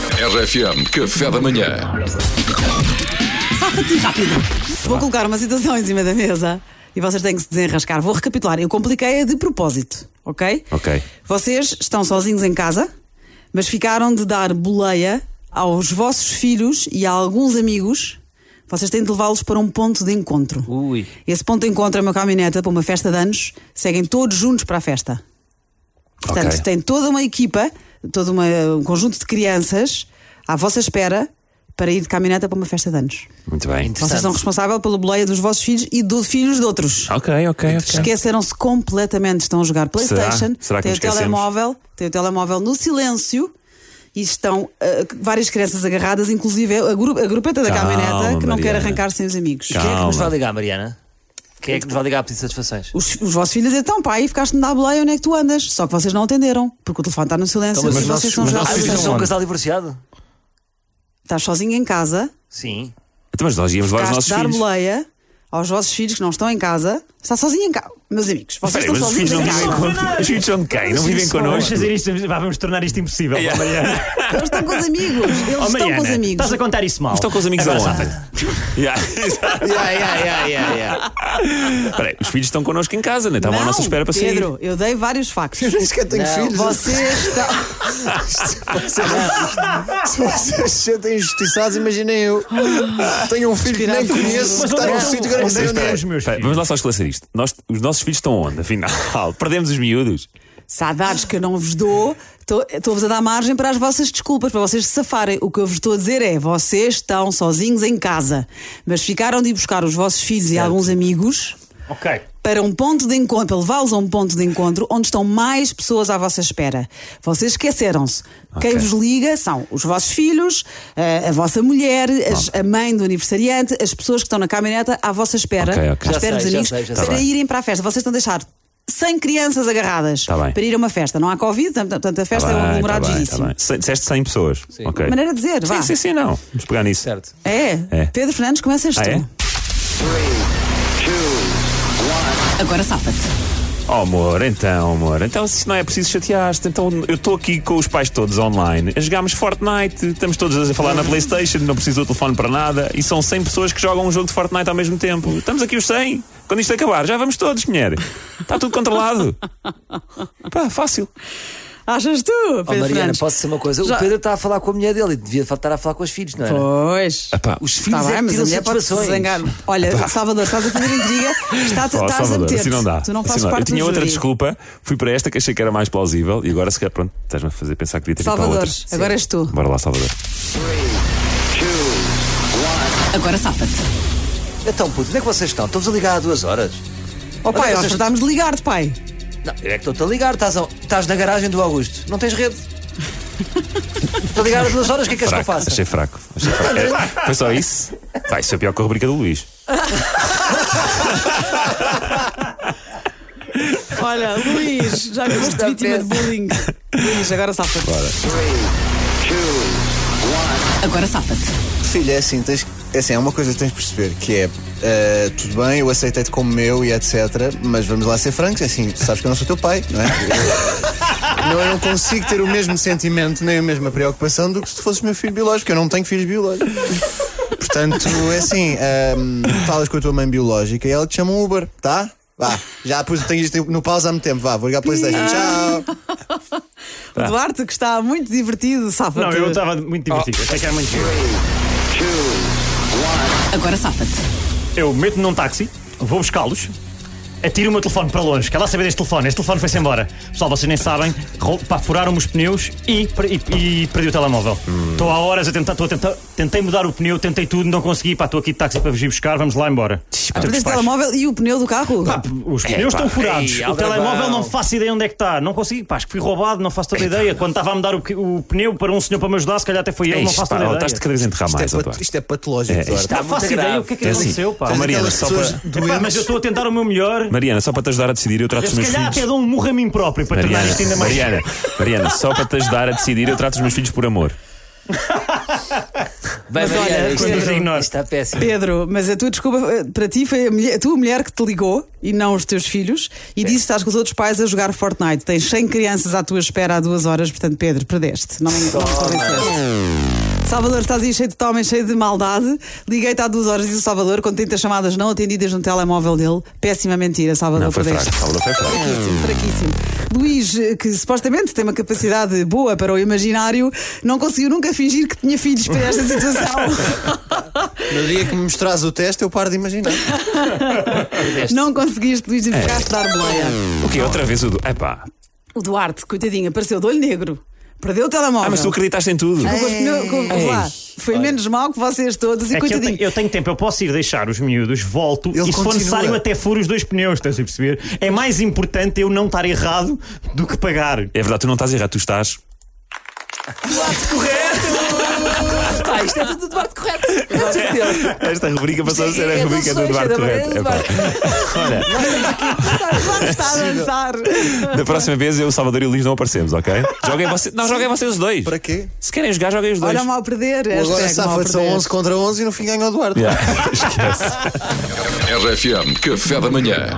RFM, café da manhã. Safa-te rápido. Vou colocar uma situação em cima da mesa e vocês têm que se desenrascar. Vou recapitular. Eu compliquei-a de propósito, ok? Ok. Vocês estão sozinhos em casa, mas ficaram de dar boleia aos vossos filhos e a alguns amigos. Vocês têm de levá-los para um ponto de encontro. Ui. Esse ponto de encontro é uma caminhoneta para uma festa de anos. Seguem todos juntos para a festa. Portanto, Ok. tem toda uma equipa, todo uma- um conjunto de crianças à vossa espera para ir de caminhoneta para uma festa de anos. Muito bem. Vocês são responsáveis pela boleia dos vossos filhos e dos filhos de outros. Ok, ok, ok. Esqueceram-se completamente, estão a jogar PlayStation, Será que têm nos o esquecemos? telemóvel, têm o telemóvel no silêncio e estão ah, várias crianças agarradas, inclusive a, gru- a grupeta da Calma, caminhoneta que não quer Mariana. arrancar sem os amigos. Calma. Quem é que nos vai ligar, Mariana? Quem é que nos vai ligar a pedir satisfações? Os, os vossos filhos dizem, então pai, ficaste-me na boleia, onde é que tu andas? Só que vocês não atenderam, porque o telefone está no silêncio Então, mas e os vocês nossos- estão a mas jogar Ah, nossos vocês filhos PlayStation. são um onde? casal divorciado? Estás sozinho em casa, Sim. Então, Mas nós íamos levar os ficaste nossos dar filhos. boleia aos vossos filhos que não estão em casa, está sozinho em casa. Meus amigos, vocês estão Peraí, mas os sozinhos filhos não em vivem casa. connosco. Os filhos são de quem? Não vivem Vamos connosco. fazer isto, vá, vamos tornar isto impossível. Yeah. Mariana. Eles estão com os amigos. Eles Oh, estão Mariana, com os amigos. Estás a contar isso mal. Estão Então com os amigos Agora aonde? safa-te. Yeah, exato. Peraí, os filhos estão connosco em casa, né? Estavam à Não, nossa espera para sair. Pedro, eu dei vários factos. Nem sequer tenho filhos. Vocês estão. Se vocês se sentem injustiçados, imaginem eu. Tenho um filho que nem conheço, é Mas que onde está num estão- um sítio que eu nem onde sei onde estão é. os meus Peraí, filhos? vamos lá só esclarecer isto. Nós, os nossos filhos estão onde, afinal? Perdemos os miúdos. Saudades que eu não vos dou. Estou- Estou-vos a dar margem para as vossas desculpas, para vocês se safarem. O que eu vos estou a dizer é: vocês estão sozinhos em casa, mas ficaram de ir buscar os vossos filhos e alguns amigos Ok. para um ponto de encontro, para levá-los a um ponto de encontro onde estão mais pessoas à vossa espera. Vocês esqueceram-se. Quem Ok. vos liga são os vossos filhos, eh, a, a vossa mulher, as- a mãe do aniversariante, as pessoas que estão na caminhoneta à vossa espera, Ok, ok. à Já espera dos sei, já amigos, sei, já para sei. irem para a festa. Vocês estão a deixar 100 crianças agarradas Tá bem. para ir a uma festa. Não há Covid, portanto a festa Tá é um bem, aglomerado tá bem, tá giríssimo. bem. Cem- Disseste 100 pessoas. Ok. Maneira de dizer, vá. Sim, sim, sim, não. Vamos pegar nisso. Certo. É. É. Pedro Fernandes, começas Ah, tu. é? Agora safa-te. Oh, amor, então, amor, então se isto não é preciso chatear-te, então eu estou aqui com os pais todos online, jogámos Fortnite, estamos todos a falar na Playstation, não preciso do telefone para nada, e são 100 pessoas que jogam um jogo de Fortnite ao mesmo tempo. Estamos aqui os 100, quando isto acabar, já vamos todos, mulher. Está tudo controlado. Pá, fácil. Achas tu, Pedro Oh, Mariana, Fernandes? posso dizer uma coisa? Já- O Pedro está a falar com a mulher dele e devia estar a falar com os filhos, não era? Pois. Epá, Os Está filhos é Tá bem, que mas a tiram mulher pode se satisfações. zangar. Olha, Salvador, estás a fazer intriga, está- Oh, estás a Salvador, meter. assim não dá. Tu não Assim fazes não dá. parte Eu tinha do outra júri. desculpa, fui para esta que achei que era mais plausível e agora se calhar, pronto, estás-me a fazer pensar que devia ter ido para a Salvador, então, outra. agora és tu. Bora lá, Salvador. Agora safa-te. Então, puto, onde é que vocês estão? Estão-vos a ligar há duas horas? Oh, pai, Olha, nós vocês- tentámos de ligar-te, pai. Não, eu é que estou-te a ligar. Estás, a- estás na garagem do Augusto. Não tens rede. Estou a ligar há duas horas. O que é que és que eu Fraco, faço? achei fraco. Achei fraco. É, foi só isso? Pá, isso é pior que a rubrica do Luís. Olha, Luís, já me foste Está vítima de péssimo. bullying. Luís, agora safa-te. Agora safa-te. Filho, é assim, tens, é assim, há uma coisa que tens de perceber, que é eh, tudo bem, eu aceitei-te como meu e etc. Mas vamos lá ser francos, é assim, tu sabes que eu não sou teu pai, não é? Eu- Não, eu não consigo ter o mesmo sentimento nem a mesma preocupação do que se tu fosses meu filho biológico. Eu não tenho filhos biológicos. Portanto, é assim, ahm, falas com a tua mãe biológica e ela te chama um Uber, tá? Vá, já pus, tenho isto no pausa há muito tempo, vá, vou ligar a Playstation, tchau. O Duarte, que está muito divertido, Não, safa-te. eu estava muito Ah. divertido. Achei que era muito giro. Agora safa-te. Eu meto-me num táxi, vou buscá-los. Atiro o meu telefone para longe, quer lá saber deste telefone. Este telefone foi-se embora. Pessoal, vocês nem sabem, rou- pá, furaram-me os pneus e, per- e- e perdi o telemóvel. Estou há horas a tentar, estou a tentar, tentei mudar o pneu, tentei tudo, não consegui. Pá, estou aqui de táxi para vos ir buscar, vamos lá embora. Perdeste o telemóvel e o pneu do carro? Pá, os pneus É, pá, estão furados. ei, o Aldrabão. telemóvel não faço ideia onde é que está. Não consigo. Pá, acho que fui roubado, não faço toda a ideia. Quando estava a mudar o, o pneu para um senhor para me ajudar, se calhar até foi ele, É não isto, faço pá, toda a ó, ideia. estás-te cada vez a enterrar mais, ó, Duarte. isto é patológico, É, isto Não Está faço muito ideia grave. o que é que É assim, aconteceu, pá. ó, Mariana, só pessoas para, Epá, doentes. mas eu estou a tentar o meu melhor. Mariana, só para te ajudar a decidir, eu trato é Eu os se meus calhar até filhos. dou um murro a mim próprio para tornar isto Mariana, ainda mais. Mariana, Mariana, só para te ajudar a decidir, eu trato os meus filhos por amor. Bem, Mas olha, Mariana, isto, é quando os ignoro. isto está péssimo. Pedro, mas a tua desculpa eh, para ti foi a, mulher- a tua mulher que te ligou e não os teus filhos É. e disse que estás com os outros pais a jogar Fortnite. Tens 100 crianças à tua espera há duas horas, portanto, Pedro, perdeste. Não, me- não me convenceste. Salvador, estás aí cheio de toma, cheio de maldade. Liguei-te há duas horas, diz o Salvador, com 30 chamadas não atendidas no telemóvel dele. Péssima mentira, Salvador, Não, foi fraco. perdeste. Salvador foi fraco. Fraquíssimo, fraquíssimo. Luís, eh, que supostamente tem uma capacidade boa para o imaginário, não conseguiu nunca fingir que tinha filhos para esta situação. No dia que me mostrares o teste, eu paro de imaginar. Não conseguiste, Luís, e É. ficaste dar boleia. O quê? Outra vez o. Du... Epá. O Duarte, coitadinho, apareceu de olho negro. Perdeu o telemóvel. Ah, mas tu acreditaste em tudo. Com os pneus- com- vamos lá. Foi menos mal que vocês todos. E É que eu, coitadinho. tenho, eu tenho tempo, eu posso ir deixar os miúdos, volto Ele e se for continua. necessário até furo os dois pneus, estás a perceber? É mais importante eu não estar errado do que pagar. É verdade, tu não estás errado, tu estás. Pá, isto é tudo do Duarte correto. É Pelo amor de Deus. Esta rubrica passou a ser a rubrica do Eduardo Correto. Epá. Vamos estar É a dançar. Da próxima vez eu, Salvador e o Luís não aparecemos, ok? Joguem vocês. Não, joguem vocês os dois. Para quê? Se querem jogar, joguem os dois. Olha, mal perder. Agora hashtag mal safa-te, são perder. 11 contra 11 e no fim ganha o Eduardo. Yeah. Esquece. RFM, café da manhã.